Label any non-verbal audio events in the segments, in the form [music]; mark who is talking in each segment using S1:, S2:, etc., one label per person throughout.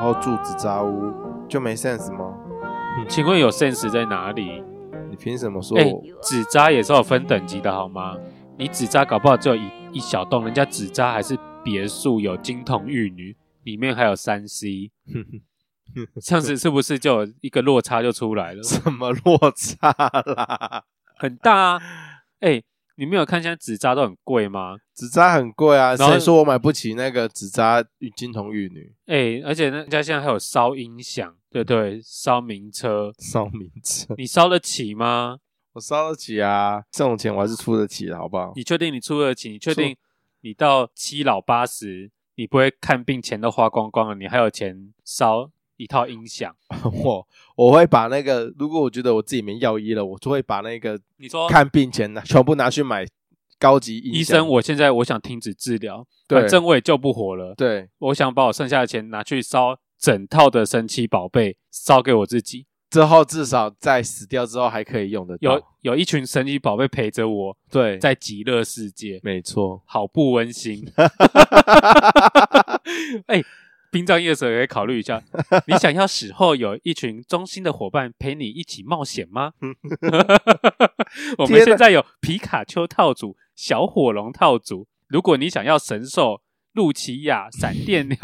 S1: 后住纸扎屋，就没 sense 吗？
S2: 请问有 sense 在哪里？
S1: 你凭什么说
S2: 哎、
S1: 我？
S2: 纸扎也是有分等级的好吗？你纸扎搞不好只有一一小栋，人家纸扎还是别墅，有金童玉女，里面还有三 C，这样子是不是就有一个落差就出来了？
S1: 什么落差啦？ [laughs]
S2: 很大啊！哎、你没有看现在纸扎都很贵吗？
S1: 纸扎很贵啊，
S2: 然后
S1: 谁说我买不起那个纸扎金童玉女？
S2: 哎、而且人家现在还有烧音响，对不对？烧名车，
S1: 烧名车，
S2: 你烧得起吗？
S1: 我烧得起
S2: [laughs]
S1: 啊，这种钱我还是出得起的，好不 [laughs] 好？
S2: 你确定你出得起？你确
S1: 出
S2: 定你到七老八十，你不会看病钱都花光光了，你还有钱烧一套音响？
S1: 我我会把那个，如果我觉得我自己没药医了，我就会把那个
S2: 你说
S1: 看病钱拿全部拿去买高级音
S2: 哦医
S1: 响
S2: 生，我现在我想停止治疗，
S1: 对
S2: 反正我也救不活了，
S1: 对，
S2: 我想把我剩下的钱拿去烧整套的神奇宝贝，烧给我自己。
S1: 之后至少在死掉之后还可以用得到。
S2: 有有一群神奇宝贝陪着我
S1: 对，
S2: 在极乐世界，。
S1: 没错
S2: 好不温馨。哎、殡葬业者也可以考虑一下，你想要死后有一群忠心的伙伴陪你一起冒险吗？我们现在有皮卡丘套组、小火龙套组，如果你想要神兽。露琪亚、闪电鸟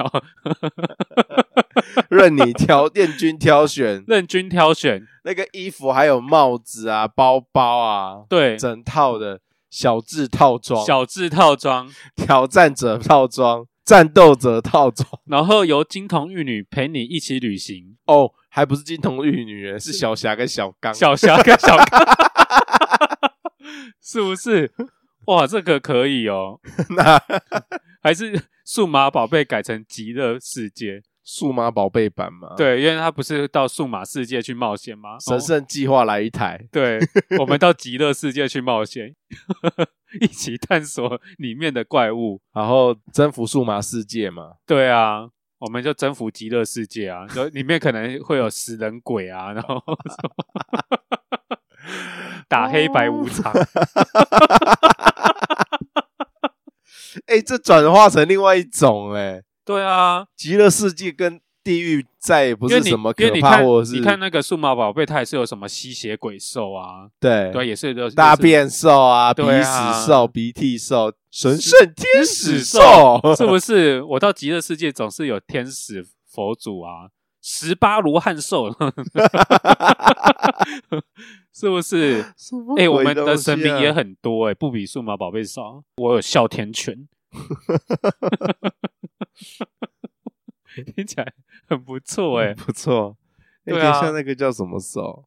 S1: 任你挑，任君挑选，
S2: 任君挑选，
S1: 那个衣服还有帽子啊、包包啊，
S2: 对，
S1: 整套的小智套装、
S2: 小智套装，
S1: 挑战者套装、战斗者套装。
S2: 然后由金童玉女陪你一起旅行，
S1: 哦，还不是金童玉女，是小霞跟小刚。
S2: 小霞跟小刚，是不是？哇，这个可以哦，
S1: [laughs] 那
S2: 还是数码宝贝改成极乐世界？
S1: 数码宝贝版嘛，，
S2: 对，因为他不是到数码世界去冒险吗？
S1: 神
S2: 哦
S1: 圣计划来一台。
S2: 对，我们到极乐世界去冒险， [laughs] 一起探索里面的怪物。
S1: 然后征服数码世界嘛，
S2: 对啊，我们就征服极乐世界啊！就里面可能会有食人鬼啊，然后什么 [laughs] 打黑白无常。
S1: 哦哎，这转化成另外一种哎、
S2: 对啊，
S1: 极乐世界跟地狱再也不
S2: 因为
S1: 是
S2: 你
S1: 什么
S2: 因
S1: 可
S2: 为你
S1: 怕，
S2: 看
S1: 或者是
S2: 你看那个数码宝贝，它也是有什么吸血鬼兽啊，
S1: 对
S2: 对，也是有
S1: 大便兽啊、鼻
S2: 对啊
S1: 屎兽、鼻涕兽、神圣天使兽，
S2: [laughs] 是不是？我到极乐世界总是有天使、佛祖啊，十八罗汉
S1: [laughs]
S2: 兽， [laughs] 是不是？
S1: 什么
S2: 哎、
S1: 鬼
S2: 我们
S1: 东
S2: 的
S1: 西
S2: 神明
S1: 啊
S2: 也很多哎、不比数码宝贝少。我有哮天
S1: [laughs]
S2: 犬，听起来很不错
S1: [laughs]
S2: 哎、
S1: 不错，哎有
S2: 对
S1: 点
S2: 啊
S1: 像那个叫什么兽，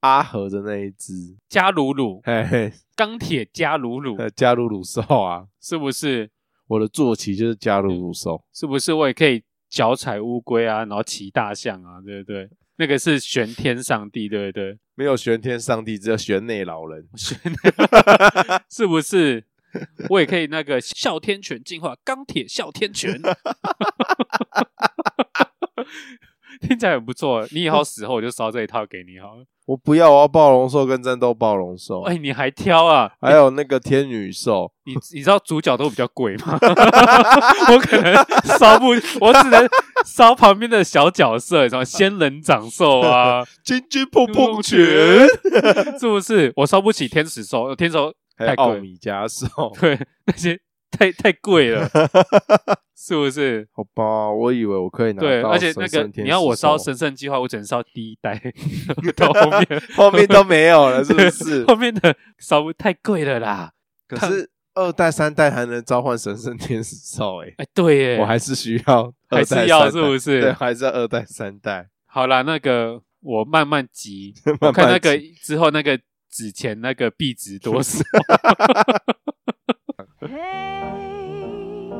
S1: 阿和的那一只，
S2: 加鲁鲁，
S1: 嘿嘿，
S2: 钢铁加鲁鲁，
S1: 呃加鲁鲁兽啊，
S2: 是不是？
S1: 我的坐骑就是加鲁鲁兽，
S2: 是不是我也可以脚踩乌龟啊，然后骑大象啊，对不对？那个是玄天上帝，对不对？
S1: 没有玄天上帝，只有玄内老人，
S2: 玄，是不是？我也可以那个哮天犬进化钢铁哮天犬， [laughs] 听起来很不错。你以后死后我就烧这一套给你好了。
S1: 我不要，我要暴龙兽跟战斗暴龙兽，
S2: 哎，你还挑啊？
S1: 还有那个天女兽，
S2: 你你知道主角都比较贵吗？ [laughs] 我可能烧不，我只能烧旁边的小角色，什么仙人掌兽啊、
S1: 金金碰碰拳，
S2: [laughs] 是不是？我烧不起天使兽，天使兽
S1: 还有
S2: 太贵
S1: 哎奥米加兽，
S2: 对 [laughs] 那些太太贵
S1: [laughs]
S2: 了，是不是？
S1: 好吧，我以为我可以拿到
S2: 对，而且
S1: 神
S2: 那
S1: 圣
S2: 个
S1: 天
S2: 你要我
S1: 使
S2: 烧
S1: 兽
S2: 神圣计划，我只能烧第一
S1: [laughs]
S2: 代到后面，
S1: 后面都没有 [laughs] 了，是不是？
S2: 后面的烧不太贵了啦。
S1: 可是二代、三代还能召唤神圣天使兽，哎，
S2: 哎，对耶，
S1: 我还是需要二代，
S2: 还是要
S1: 三代
S2: 是不是
S1: 对，还是要二代、三代。
S2: 好啦，那个我慢慢急，我
S1: [laughs] 慢慢
S2: 看那个
S1: 急
S2: 之后那个纸钱那个币值多少。
S3: Hey,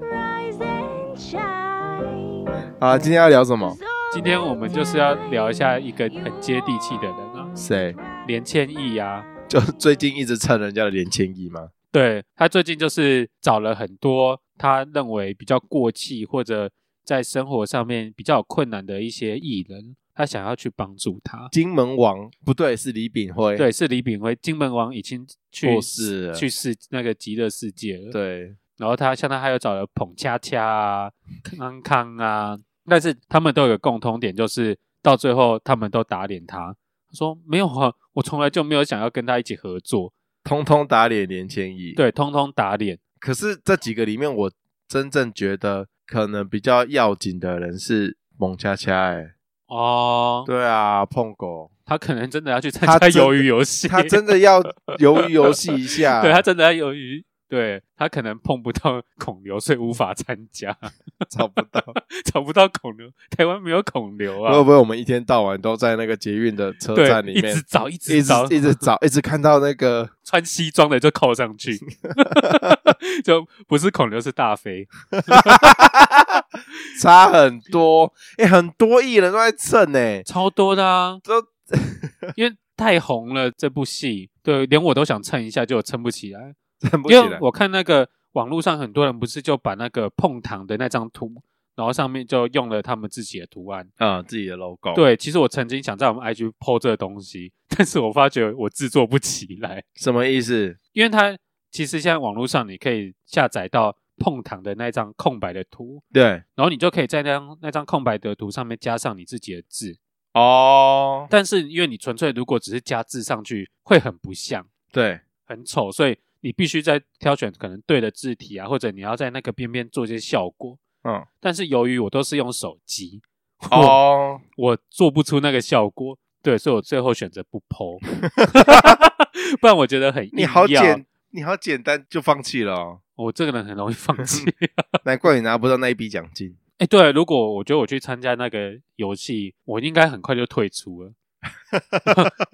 S3: rise and shine.
S1: 好，今天要聊什么？
S2: [laughs] 今天我们就是要聊一下一个很接地气的人啊，
S1: 谁？
S2: 连千亿啊，
S1: 就最近一直蹭人家的连千亿吗？
S2: 对他最近就是找了很多他认为比较过气或者在生活上面比较有困难的一些艺人，他想要去帮助他。
S1: 金门王不对，是李炳辉。
S2: 对，是李炳辉，金门王已经去
S1: 过世了
S2: 去世那个极乐世界了。，
S1: 对， [laughs]
S2: 然后他像他还有找了彭恰恰啊、康康啊，但是他们都有个共通点，就是到最后他们都打脸他。他说没有啊，我从来就没有想要跟他一起合作。
S1: 通通打脸连千亿。，
S2: 对，通通打脸。
S1: 可是这几个里面，我真正觉得可能比较要紧的人是蒙恰恰、哎，
S2: 哦，
S1: 对啊，碰狗，
S2: 他可能真的要去参
S1: 他
S2: 加
S1: 真
S2: 鱿鱼游戏，
S1: 他真的啊要鱿鱼游戏一下，
S2: [laughs] 对他真的要鱿鱼，对他可能碰不到孔刘，所以无法参加， [laughs]
S1: 找不到。
S2: 找不到孔刘，台湾没有孔刘
S1: 会
S2: 啊，
S1: 不会我们一天到晚都在那个捷运的车
S2: 对
S1: 站里
S2: 一
S1: 面
S2: 直找一直
S1: 一
S2: 找
S1: 一直找，一直看到那个
S2: 穿西装的就扣上
S1: [laughs]
S2: 去，就不是孔刘是大飞，
S1: 差很多，哎、很多艺人都在蹭欸呢、
S2: 超多的啊，
S1: 都
S2: 因为太红了这部戏，对，连我都想蹭一下，就蹭不起来，
S1: 蹭不起
S2: 因为
S1: 来。
S2: 我看那个网络上很多人不是就把那个碰糖的那张图。然后上面就用了他们自己的图案，
S1: 啊、自己的 logo，，
S2: 对，其实我曾经想在我们 IG PO 这个东西，但是我发觉我制作不起来，
S1: 什么意思？
S2: 因为它其实现在网络上你可以下载到碰糖的那张空白的图，
S1: 对，
S2: 然后你就可以在那张那张空白的图上面加上你自己的字，
S1: 哦，
S2: 但是因为你纯粹如果只是加字上去，会很不像，
S1: 对，
S2: 很丑，所以你必须在挑选可能对的字体啊，或者你要在那个边边做一些效果。
S1: 嗯，
S2: 但是由于我都是用手机，我
S1: 哦，
S2: 我做不出那个效果，对，所以我最后选择不剖， [laughs] 不然我觉得很
S1: 你好
S2: 硬要
S1: 简，，你好简单就放弃了、哦，
S2: 我这个人很容易放
S1: [laughs]
S2: 弃。
S1: 难怪你拿不到那一笔奖金。
S2: 哎、对，如果我觉得我去参加那个游戏，我应该很快就退出
S1: [laughs]
S2: 了。 [laughs]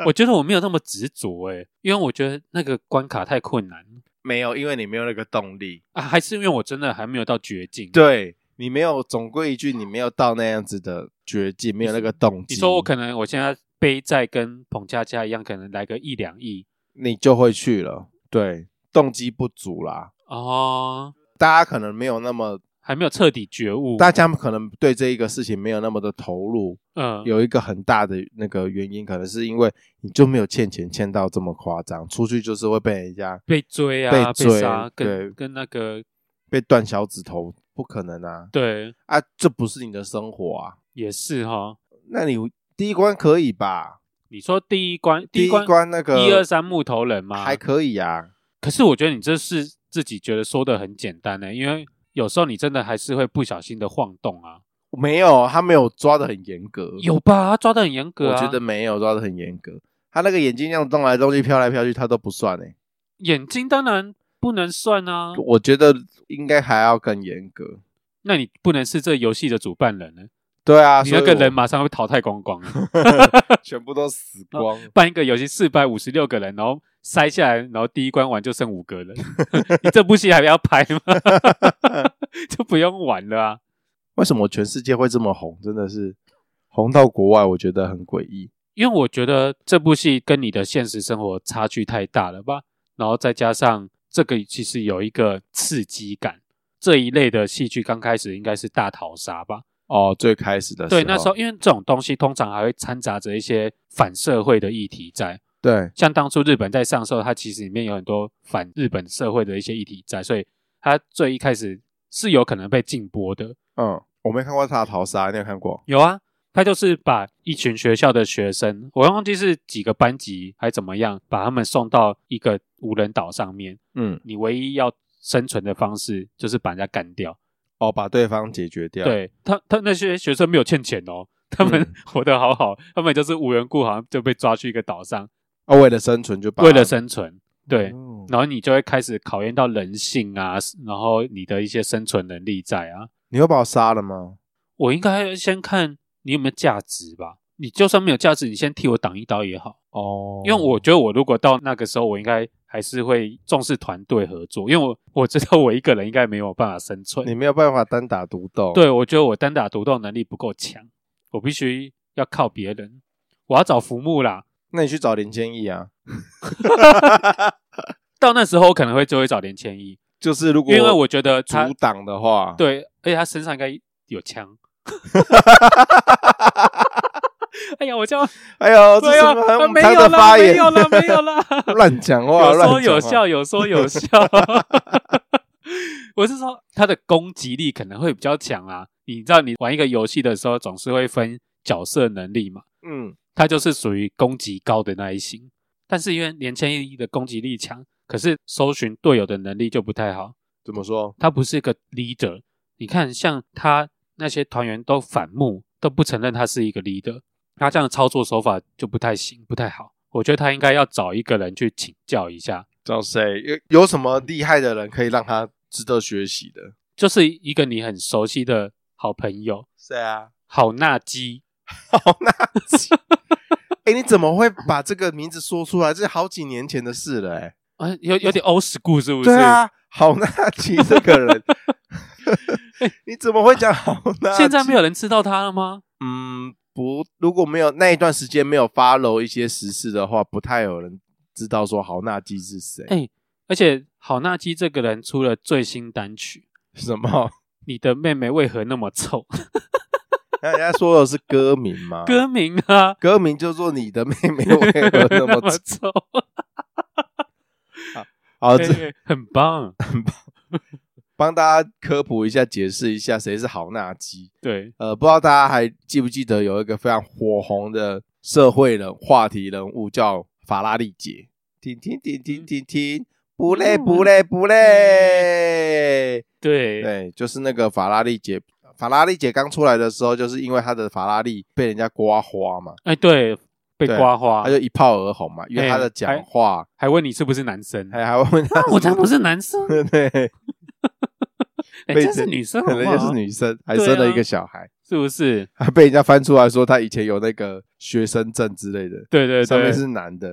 S2: 我觉得我没有那么执着哎，因为我觉得那个关卡太困难了
S1: 没有，因为你没有那个动力。
S2: 啊，还是因为我真的还没有到绝境。，
S1: 对你没有，总归一句，你没有到那样子的绝境，没有那个动机。
S2: 你说我可能我现在背债跟彭佳佳一样，可能来个一两亿
S1: 你就会去了。对，动机不足啦，
S2: 哦，
S1: 大家可能没有那么，
S2: 还没有彻底觉悟。
S1: 大家可能对这一个事情没有那么的投入。
S2: 嗯，
S1: 有一个很大的那个原因，可能是因为你就没有欠钱欠到这么夸张，出去就是会被人家
S2: 被追啊，
S1: 被追
S2: 杀，
S1: 对
S2: 跟跟那个
S1: 被断小指头，不可能啊！
S2: 对，
S1: 啊，这不是你的生活啊！
S2: 也是哈。
S1: 那你第一关可以吧？
S2: 你说第一关，
S1: 第
S2: 一关
S1: 关那个
S2: 一二三木头人吗？
S1: 还可以啊，
S2: 可是我觉得你这是自己觉得说的很简单呢、因为有时候你真的还是会不小心的晃动啊。
S1: 没有，他没有抓的很严格，
S2: 有吧？他抓的很严格、啊，
S1: 我觉得没有抓的很严格。他那个眼睛这样动来动去、飘来飘去，他都不算哎、
S2: 眼睛当然不能算啊。
S1: 我觉得应该还要更严格。
S2: 那你不能是这游戏的主办人呢、
S1: 对啊，
S2: 你
S1: 所以
S2: 那个
S1: 我
S2: 人马嗯上会淘汰光光啊！
S1: [laughs] 全部都死光，
S2: 办一个游戏四百五十六个人，然后筛下来，然后第一关完就剩五个人，你这部戏还要拍吗？ [laughs] 就不用玩了啊！
S1: 为什么全世界会这么红？真的是红到国外，我觉得很诡异。
S2: 因为我觉得这部戏跟你的现实生活差距太大了吧，然后再加上这个其实有一个刺激感，这一类的戏剧刚开始应该是大逃杀吧？
S1: 哦，最开始的
S2: 对，那时候因为这种东西通常还会掺杂着一些反社会的议题在，
S1: 对
S2: 像当初日本在上的时候，它其实里面有很多反日本社会的一些议题在，所以它最一开始是有可能被禁播的。
S1: 嗯，我没看过大逃杀，你有看过？
S2: 有啊，他就是把一群学校的学生，我忘记是几个班级还怎么样，把他们送到一个无人岛上面。
S1: 嗯，
S2: 你唯一要生存的方式就是把人家干掉。
S1: 哦，把对方解决掉。，
S2: 对他，他那些学生没有欠钱哦，他们
S1: 嗯
S2: [laughs] 活得好好，他们就是无缘故好像就被抓去一个岛上，
S1: 啊，为了生存就把
S2: 为了生存。对，
S1: 哦
S2: 然后你就会开始考验到人性啊，然后你的一些生存能力在啊。
S1: 你会把我杀了吗？
S2: 我应该先看你有没有价值吧。你就算没有价值，你先替我挡一刀也好。
S1: 哦
S2: 因为我觉得我如果到那个时候，我应该还是会重视团队合作，因为我我知道我一个人应该没有办法生
S1: 你
S2: 存。
S1: 没有办法单打独斗。
S2: 对，我觉得我单打独斗能力不够强，我必须要靠别人。我要找浮木啦，
S1: 那你去找林千亿啊。
S2: 到那时候我可能会就会找连千一，
S1: 就是如果
S2: 因为我觉得他
S1: 阻挡的话，，
S2: 对，而且他身上应该有枪。哎呀，我这样，
S1: 哎呦，这
S2: 对
S1: 是
S2: 啊，
S1: 很
S2: 啊
S1: 母
S2: 没
S1: 汤
S2: 有
S1: 的
S2: 啦，
S1: 发
S2: 没
S1: 言，
S2: 有啦，没有啦，
S1: [laughs] 乱讲话，
S2: 有
S1: 乱
S2: 说
S1: 讲话，
S2: 有笑，有
S1: [laughs]
S2: 说有笑。我是说，他的攻击力可能会比较强啊。你知道你玩一个游戏的时候，总是会分角色能力嘛，
S1: 嗯，
S2: 他就是属于攻击高的那一型，但是因为连千亿的攻击力强，可是搜寻队友的能力就不太好，
S1: 怎么说？
S2: 他不是一个 leader。你看，像他那些团员都反目，都不承认他是一个 leader，他这样的操作手法就不太行，不太好。我觉得他应该要找一个人去请教一下，
S1: 找谁？有有什么厉害的人可以让他值得学习的？
S2: 就是一个你很熟悉的好朋友，
S1: 谁 [laughs] 啊？
S2: 好纳基。
S1: 好纳吉。哦 [laughs] 哎、你怎么会把这个名字说出来？这好几年前的事了、哎。
S2: 啊，有有点 old school 是不是？
S1: 对啊，好纳吉这个
S2: [laughs]
S1: 人，你怎么会讲 [laughs] 好纳吉？
S2: 现在没有人知道他了吗？
S1: 嗯，不，如果没有那一段时间没有 follow 一些时事的话，不太有人知道说豪纳基是谁。
S2: 哎而且好纳基这个人出了最新单曲
S1: 什 [laughs] 么？
S2: 《你的妹妹为何那么臭》 [laughs]
S1: 那人家说的是歌名吗？
S2: 歌名啊，
S1: 歌名就说你的妹妹 [laughs] 为
S2: [laughs]
S1: 何那么丑？
S2: 臭？
S1: 好，哦这
S2: 哎 [laughs] 很棒，
S1: 帮大家科普一下，解释一下谁是豪纳基。
S2: 对，
S1: 呃，不知道大家还记不记得有一个非常火红的社会人话题人物叫法拉利姐，停停停停停停，不累不累不累。
S2: 对，
S1: 对，就是那个法拉利姐，法拉利姐刚出来的时候，就是因为她的法拉利被人家刮花嘛，
S2: 哎，对，被
S1: 对
S2: 刮花
S1: 她，就一炮而红嘛，因为她的讲话，
S2: 还问你是不是男生？
S1: 还还问她
S2: 啊，我才不是男生，
S1: 对
S2: [laughs]
S1: 对，[laughs]
S2: 哎，
S1: 被
S2: 这是女生好
S1: [laughs] 可
S2: 不好，
S1: 能就是女生，还
S2: 对啊
S1: 生了一个小孩，
S2: 是不是？
S1: 还被人家翻出来说她以前有那个学生证之类的。
S2: 对对
S1: 上面
S2: 对，
S1: 是男
S2: [laughs]
S1: 的。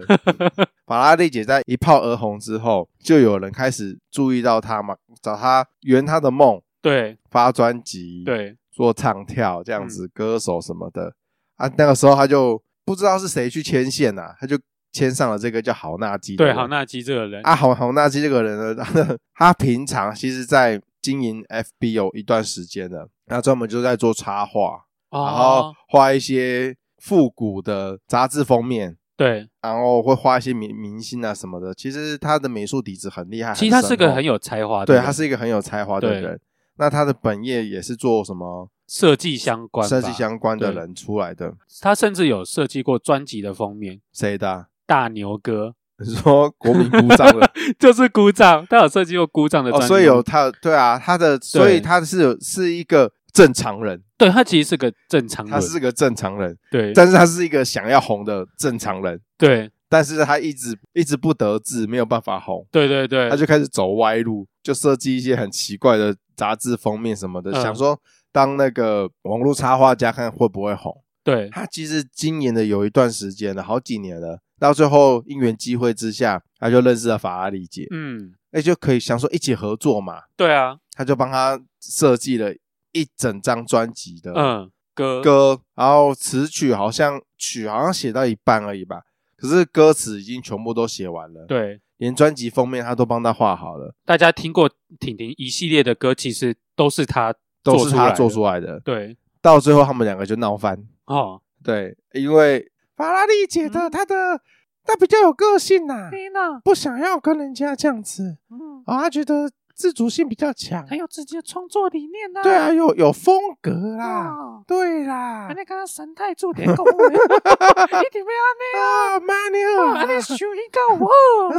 S1: 法拉利姐在一炮而红之后，就有人开始注意到她嘛，找她圆她的梦，
S2: 对
S1: 发专辑，，
S2: 对，嗯
S1: 做唱跳这样子，歌手什么的啊。那个时候她就不知道是谁去牵线呐、她就牵上了这个叫郝娜基的
S2: 对，
S1: 人。
S2: 好纳基这个人，
S1: [laughs] 啊，郝郝娜基这个人呢，他他平常其实在经营 FB 有一段时间了，那专门就在做插画，然后
S2: 哦，
S1: 画一些复古的杂志封面。
S2: 对，
S1: 然后会画一些明明星啊什么的。其实他的美术底子啊很厉害，
S2: 其实他是个
S1: 深厚
S2: 很有才华的
S1: 对，
S2: 人，
S1: 他是一个很有才华的
S2: 对
S1: 人。那他的本业也是做什么
S2: 设计相关吧，
S1: 设计相关的
S2: 对
S1: 人出来的？
S2: 他甚至有设计过专辑的封面，
S1: 谁的啊、 [laughs]
S2: 大牛哥
S1: 你说国民鼓掌了
S2: 就是鼓掌，他有设计过鼓掌的 [laughs]
S1: 哦，
S2: 专辑，
S1: 所以有他，对啊，他的，所以他是有是一个正常人，
S2: 对他其实是个正常人，
S1: 他是个正常人，
S2: 对
S1: 但是他是一个想要红的正常人，
S2: 对
S1: 但是他一直一直不得志，没有办法红，
S2: 对对对，
S1: 他就开始走歪路，就设计一些很奇怪的杂志封面什么的，
S2: 嗯
S1: 想说当那个网络插画家看会不会红。
S2: 对
S1: 他其实经营的有一段时间了，好几年了。到最后因缘机会之下，他就认识了法拉利姐，
S2: 嗯
S1: 那、就可以想说一起合作嘛。
S2: 对啊
S1: 他就帮他设计了一整张专辑的
S2: 嗯哥
S1: 歌，然后词曲好像曲好像写到一半而已吧，可是歌词已经全部都写完了，
S2: 对
S1: 连专辑封面他都帮他画好了。
S2: 大家听过婷婷一系列的歌，其实都是他
S1: 都是他做
S2: 做出来的
S1: 出来的。
S2: 对
S1: 到最后，他们两个就闹翻。
S2: 哦
S1: 对，因为法拉利姐
S2: 嗯
S1: 的她的她比较有个性呐、
S2: 天呐，
S1: 不想要跟人家这样子
S2: 嗯，
S1: 啊，她觉得自主性比较强。
S2: 有自己的创作理念呐
S1: 对啊，，有啊有风格
S2: 哦
S1: 啦，对啦，
S2: 刚刚神态做点公务员，
S1: [laughs]
S2: 一定不
S1: 啊，妈牛啊，
S2: 哦哎一个我，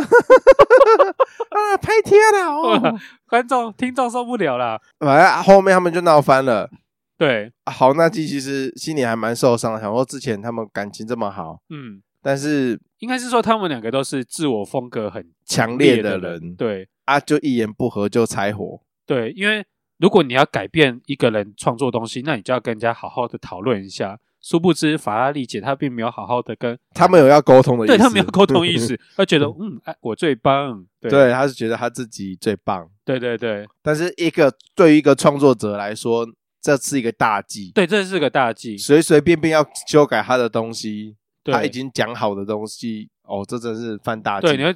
S1: [laughs] 啊，拍贴了
S2: [laughs]
S1: 哦。
S2: 观众听众受不了啦。
S1: 反正哎啊后面他们就闹翻了。啊
S2: 对，
S1: 好，那基其实心里还蛮受伤的，想说之前他们感情这么好，
S2: 嗯，
S1: 但是
S2: 应该是说他们两个都是自我风格很
S1: 强烈
S2: 烈
S1: 的
S2: 人，
S1: 人，
S2: 对
S1: 啊，就一言不合就拆伙。
S2: 对，因为如果你要改变一个人创作东西，那你就要跟人家好好的讨论一下。殊不知法拉利姐她并没有好好的跟，
S1: 他们有要沟通的意思，
S2: 对她没有沟通意。
S1: [laughs]
S2: 识，她觉得嗯，哎，我最棒，对
S1: 对，他是觉得他自己最棒，
S2: 对对对
S1: 但是一个对于一个创作者来说，这是一个大忌，
S2: 对，这是个大忌，
S1: 随随便便要修改他的东西，
S2: 对
S1: 他已经讲好的东西，哦，这真是犯大忌。
S2: 对，你会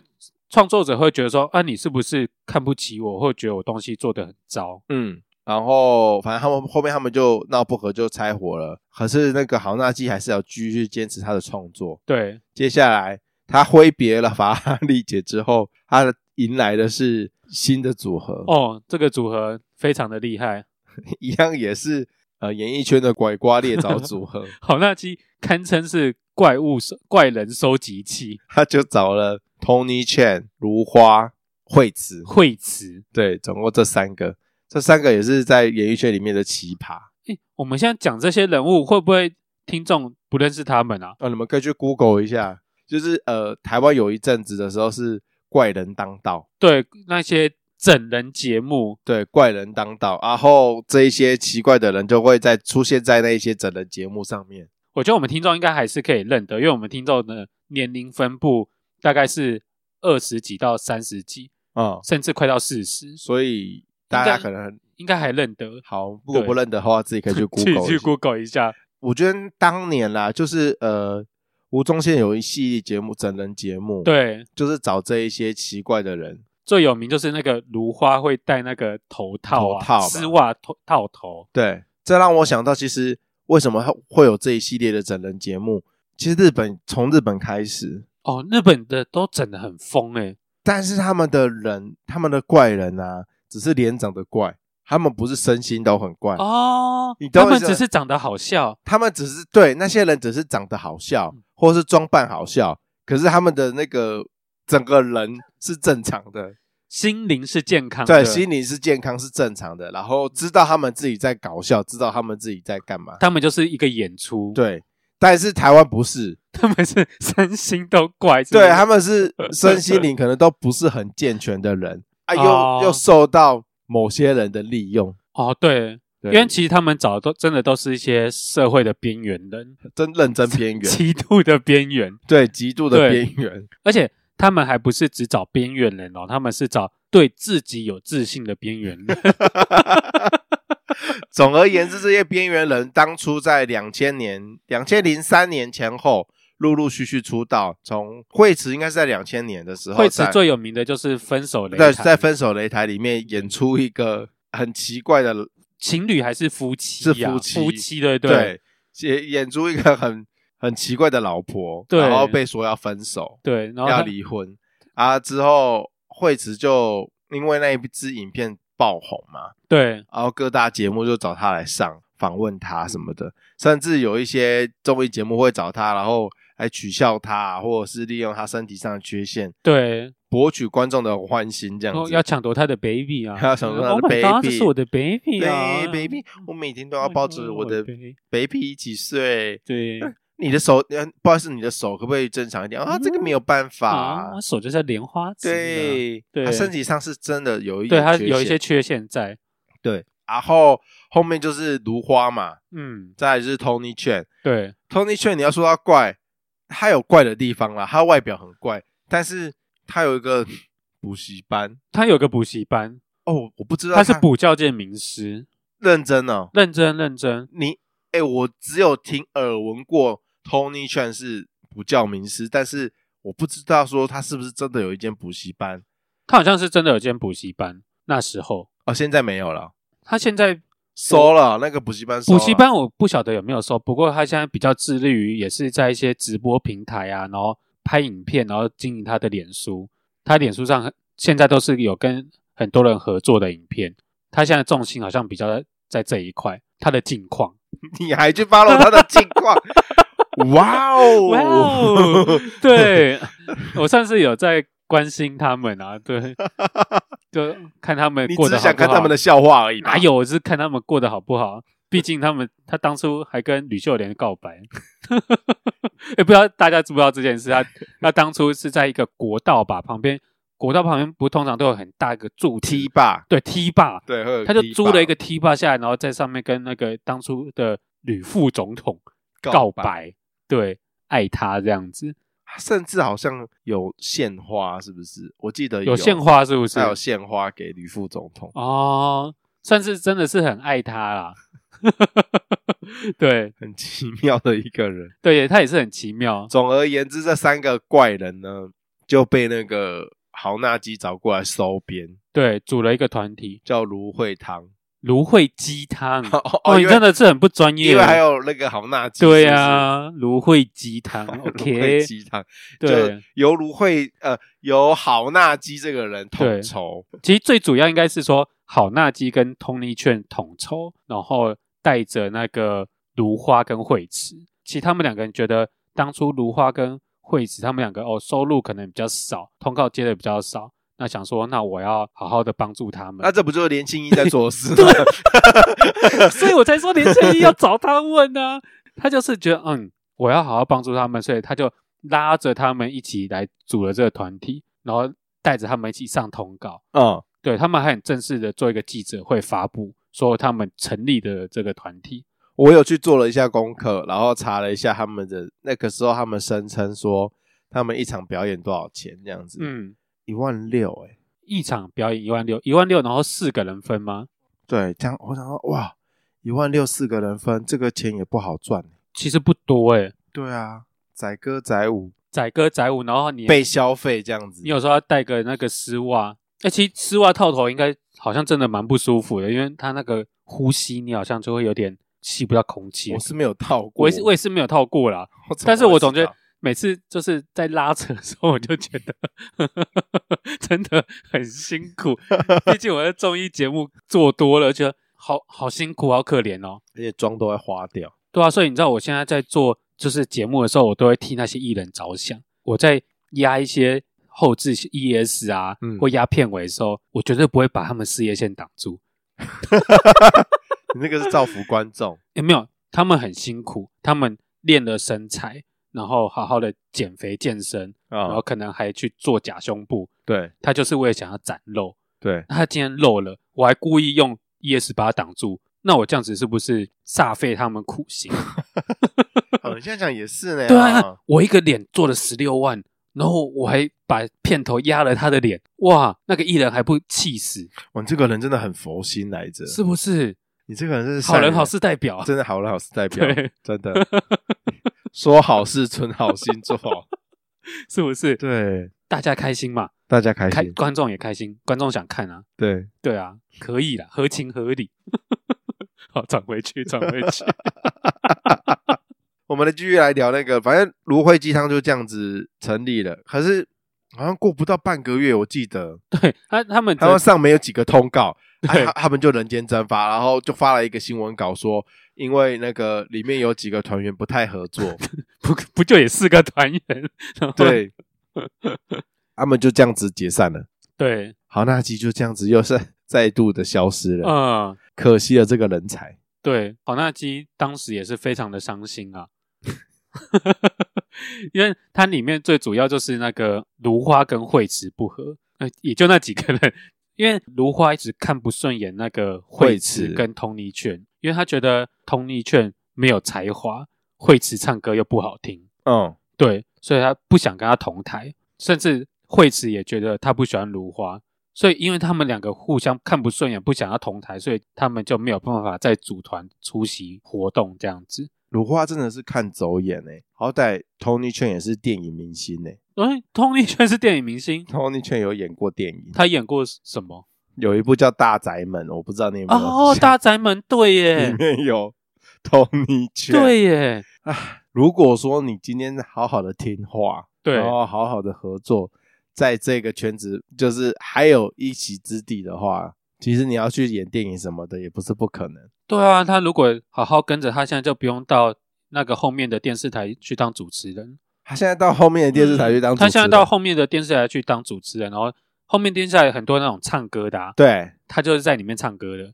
S2: 创作者会觉得说，啊，你是不是看不起我，或觉得我东西做的很糟？
S1: 嗯，然后反正他们后面他们就闹不和，就拆伙了。可是那个豪纳基还是要继续坚持他的创作。
S2: 对，
S1: 接下来他挥别了法拉利姐之后，他迎来的是新的组合，
S2: 哦哦，这个组合非常的厉害， [laughs]
S1: 一样也是呃演艺圈的拐瓜裂枣组合，
S2: 好那机堪称是怪物收怪人收集器，
S1: 他就找了 Tony Chan、如花、惠子，
S2: 惠慈。
S1: 对，总共这三个，这三个也是在演艺圈里面的奇葩。
S2: 诶，我们现在讲这些人物，会不会听众不认识他们啊？
S1: 哦，你们可以去 Google 一下，就是呃，台湾有一阵子的时候是怪人当道，
S2: 对，那些整人节目，
S1: 对，怪人当道，然后这一些奇怪的人就会在出现在那一些整人节目上面。
S2: 我觉得我们听众应该还是可以认得，因为我们听众的年龄分布大概是二十几到三十几，
S1: 嗯，
S2: 甚至快到四十，
S1: 所以大家可能
S2: 应该还认得。
S1: 好，如果不认得的话，自己可以去
S2: [laughs]
S1: Google 一
S2: 去去
S1: 下。
S2: Google 一下，
S1: 我觉得当年啦，就是呃，吴宗宪有一系列节目，整人节目，，
S2: 对，
S1: 就是找这一些奇怪的人，
S2: 最有名就是那个如花会戴那个头套啊、
S1: 头套嘛
S2: 丝袜头套头，
S1: 对，这让我想到，其实为什么会有这一系列的整人节目？其实日本从日本开始，
S2: 哦，日本的都整得很疯欸诶、
S1: 但是他们的人，他们的怪人啊，只是脸长得怪，他们不是身心都很怪，
S2: 哦
S1: 啊你，懂我
S2: 他
S1: 意
S2: 们
S1: 思
S2: 只是长得好笑，
S1: 他们只是对那些人只是长得好笑，
S2: 嗯
S1: 或是装扮好笑，可是他们的那个整个人是正常的，
S2: 心灵是健康的，
S1: 对，心理是健康是正常的，然后知道他们自己在搞笑，知道他们自己在干嘛，
S2: 他们就是一个演出，，
S1: 对。但是台湾不是，
S2: 他们是身心都怪，是不是
S1: 对他们
S2: [laughs]
S1: 是身心灵可能都不是很健全的人啊，又、
S2: 哦
S1: 又受到某些人的利用，
S2: 哦，对，
S1: 对
S2: 因为其实他们找的都真的都是一些社会的边缘人，
S1: 真认真边缘，
S2: 极度的边缘，
S1: 对极度的
S2: 对
S1: 边缘，
S2: 而且他们还不是只找边缘人哦，他们是找对自己有自信的边缘人。
S1: 总而言之，这些边缘人当初在两千年、两千零三年前后陆陆续续出道，从惠慈应该是在两千年的时候在，
S2: 惠慈最有名的就是分手擂
S1: 在
S2: 台，
S1: 在《分手擂台》里面演出一个很奇怪的，
S2: 情侣还是夫妻、
S1: 是
S2: 啊？
S1: 夫妻
S2: 对对
S1: 对，演演出一个很很奇怪的老婆，
S2: 对
S1: 然后被说要分手，
S2: 对然后
S1: 要
S2: 他
S1: 离婚啊，之后惠慈就因为那一支影片爆红嘛，
S2: 对
S1: 然后各大节目就找他来上访问他什么的，甚至有一些综艺节目会找他，然后来取笑他，或者是利用他身体上的缺陷
S2: 对，
S1: 博取观众的欢心这
S2: 然
S1: 样
S2: 后
S1: 子。
S2: 哦要抢夺他的 baby
S1: [laughs]
S2: 啊，
S1: 要 [laughs] 抢夺他的
S2: Oh my god，
S1: baby
S2: 这是我的 baby 啊 Oh
S1: 对，baby，我每天都要抱着我的
S2: baby
S1: baby 几岁。
S2: 对
S1: 你的手，呃不好意思，你的手可不可以正常一点啊？这个没有办法
S2: 啊，。我手就是莲花指的，
S1: 对，
S2: 对
S1: 他身体上是真的有一
S2: 对，
S1: 点
S2: 他
S1: 缺
S2: 有一些
S1: 陷
S2: 缺陷在，
S1: 对，然后后面就是如花嘛，
S2: 嗯，
S1: 再来就是 Tony Chan，
S2: 对
S1: Tony Chan，你要说他怪，他有怪的地方啦，他外表很怪，但是他有一个 [laughs] 补习班
S2: 他有个补习班，
S1: 哦，我不知道
S2: 他是补教界名师，
S1: 认真哦。
S2: 认真认真，
S1: 你哎、我只有听耳闻过 Tony Chan 是补教名师，但是我不知道说他是不是真的有一间补习班
S2: 他好像是真的有间补习班，那时候
S1: 哦，现在没有了，
S2: 他现在
S1: 收了那个补习班收
S2: 补
S1: 了，
S2: 习班我不晓得有没有收，不过他现在比较致力于也是在一些直播平台啊，然后拍影片，然后经营他的脸书。他脸书上很现在都是有跟很多人合作的影片，他现在重心好像比较在在这一块，他的近况。
S1: 你还去 follow 他的近况？哇哦，
S2: 哇哦， [laughs] 对我上次有在关心他们
S1: [laughs]
S2: 啊，对，就看他们
S1: 你
S2: 过
S1: 只
S2: 得
S1: 是
S2: 好
S1: 想
S2: 不
S1: 看他
S2: 好
S1: 们的。笑话而已吧，
S2: 哪有？我是看他们过得好不好。毕竟他们，他当初还跟吕秀莲告白， [laughs] 也不知道大家知不知道这件事。他他当初是在一个国道吧旁边，国道旁边不通常都有很大一个柱子
S1: 踢吧？
S2: 对梯坝，
S1: 对，会有
S2: 他就
S1: 踢
S2: 租
S1: 吧
S2: 了一个梯坝下来，然后在上面跟那个当初的吕副总统告白，对，爱他这样子，
S1: 甚至好像有献花，是不是？我记得
S2: 哎有献，花是不是
S1: 还？有献花给吕副总统，
S2: 哦，算是真的是很爱他啦。 [laughs] 对
S1: 很奇妙的一个人。
S2: 对，他也是很奇妙。
S1: 总而言之，这三个怪人呢就被那个豪纳基找过来收编，
S2: 对，组了一个团体
S1: 叫芦荟汤。 [laughs]
S2: 芦荟鸡汤。
S1: 哦
S2: 哦，你真的是很不专业。
S1: 因为还有那个豪纳基，
S2: 对
S1: 呀，
S2: 啊，芦荟鸡
S1: [laughs]
S2: 汤。
S1: 芦荟
S2: OK，
S1: 鸡汤，就
S2: 对，
S1: 由芦荟呃由豪纳基这个人统筹，
S2: 其实最主要应该是说，好纳基跟通力券统筹，然后带着那个如花跟惠子。其实他们两个人觉得，当初如花跟惠子他们两个哦收入可能比较少，通告接的比较少，那想说那我要好好的帮助他们
S1: 那。这不就是连青一 [laughs] 在做的事吗？
S2: 所以我才说连胜一要找他问啊。 [laughs] 他就是觉得，嗯，我要好好帮助他们，所以他就拉着他们一起来组了这个团体，然后带着他们一起上通告。
S1: 嗯，
S2: 对他们还很正式的做一个记者会发布，说他们成立的这个团体。
S1: 我有去做了一下功课，然后查了一下他们的那个时候，他们声称说他们一场表演多少钱这样子，
S2: 嗯，
S1: 一万六哎、
S2: 一场表演一万六，一万六，然后四个人分吗？
S1: 对，这样我想说哇，一万六四个人分，这个钱也不好赚。
S2: 其实不多诶、
S1: 对啊，载歌载舞
S2: 载歌载舞，然后你
S1: 被消费这样子，
S2: 你有时候要带个那个丝袜，哎、其实丝袜套头应该好像真的蛮不舒服的，因为它那个呼吸，你好像就会有点吸不到空气。
S1: 我是没有套过，
S2: 我也是我也是没有套过啦，
S1: 我怎么
S2: 但是我
S1: 会
S2: 总
S1: 知
S2: 觉得
S1: 道
S2: 每次就是在拉扯的时候，我 [laughs] 就觉得 [laughs] 真的很辛
S1: [laughs]
S2: 苦。毕竟我在综艺节目做多了，觉得好好辛苦，好可怜哦。
S1: 而且妆都会花掉， [laughs]
S2: 对啊，所以你知道我现在在做就是节目的时候，我都会替那些艺人着想。我在压一些后置 ES 啊，
S1: 嗯
S2: 或压片尾的时候，我绝对不会把他们事业线挡住。
S1: 你那个是造福观众。
S2: 有没有？他们很辛苦，他们练了身材，然后好好的减肥健身， [laughs] 然
S1: 啊、
S2: 后可能还去做假胸部，
S1: 对
S2: 他就是为了想要展露。
S1: 对，
S2: 那他今天露了，我还故意用 ES 把它挡住，那我这样子是不是煞费他们苦心？
S1: [laughs] 哦，你现在讲也是呢。哦
S2: [laughs] 对啊，，我一个脸做了十六万，然后我还把片头压了他的脸，哇，那个艺人还不气死，
S1: 哇，你这个人真的很佛心来着，
S2: 是不是？
S1: 你这个人真是
S2: 好
S1: 善
S2: 人好事代表啊，
S1: 真的好人好事代表
S2: 对，
S1: 真的说好事存好心做
S2: [laughs]
S1: 好，
S2: [laughs] 是不是？
S1: 对，
S2: 大家开心嘛，
S1: 大家开
S2: 开
S1: 心，
S2: 观众也开心，观众想看啊，
S1: 对，
S2: 对啊，可以啦，合情合理。 [laughs] 好，转
S1: [laughs]
S2: 回去，转回去。 [laughs]
S1: 我们来继续来聊那个，反正芦荟鸡汤就这样子成立了，可是好像过不到半个月，我记得
S2: 对他，他们
S1: 他们上面有几个通
S2: [laughs]
S1: 告，啊
S2: 对
S1: 他他们就人间蒸发，然后就发了一个新闻稿说，因为那个里面有几个团员不太合作，
S2: 不不就也四个团员？ [laughs] 然后
S1: 对， [laughs] 他们就这样子解散了。
S2: 对，
S1: 好，那集就这样子又是再度的消失了，
S2: 嗯，
S1: 可惜了这个人才。
S2: 对，好纳基当时也是非常的伤心啊， [laughs] 因为它里面最主要就是那个芦花跟惠慈不和，呃，也就那几个人，因为芦花一直看不顺眼那个惠
S1: 惠
S2: 慈
S1: 慈
S2: 跟通尼犬，因为他觉得通尼犬没有才华，惠慈唱歌又不好听，
S1: 嗯，
S2: 对，所以他不想跟他同台，甚至惠慈也觉得他不喜欢芦花，所以因为他们两个互相看不顺眼，不想要同台，所以他们就没有办法再组团出席活动这样子。
S1: 鲁花真的是看走眼哎、好歹 Tony 圈也是电影明星哎、
S2: 哎，通力圈是电影明星，
S1: t o n y 圈有演过电影，
S2: 他演过什么？
S1: 有一部叫《大宅门》，我不知道你有没有
S2: 哦，
S1: 印象
S2: 大宅门，对耶
S1: [laughs] 里，面有 Tony 圈。
S2: 对耶，
S1: 啊，如果说你今天好好的听话，
S2: 对
S1: 然后好好的合作，在这个圈子就是还有一席之地的话，其实你要去演电影什么的也不是不可能。
S2: 对啊，他如果好好跟着，他现在就不用到那个后面的电视台去当主持人。
S1: 他现在到后面的电视台去当主持
S2: 嗯他
S1: 人，
S2: 现在到后面的电视台去当主持人，然后后面电视台有很多那种唱歌的、啊，
S1: 对，
S2: 他就是在里面唱歌的，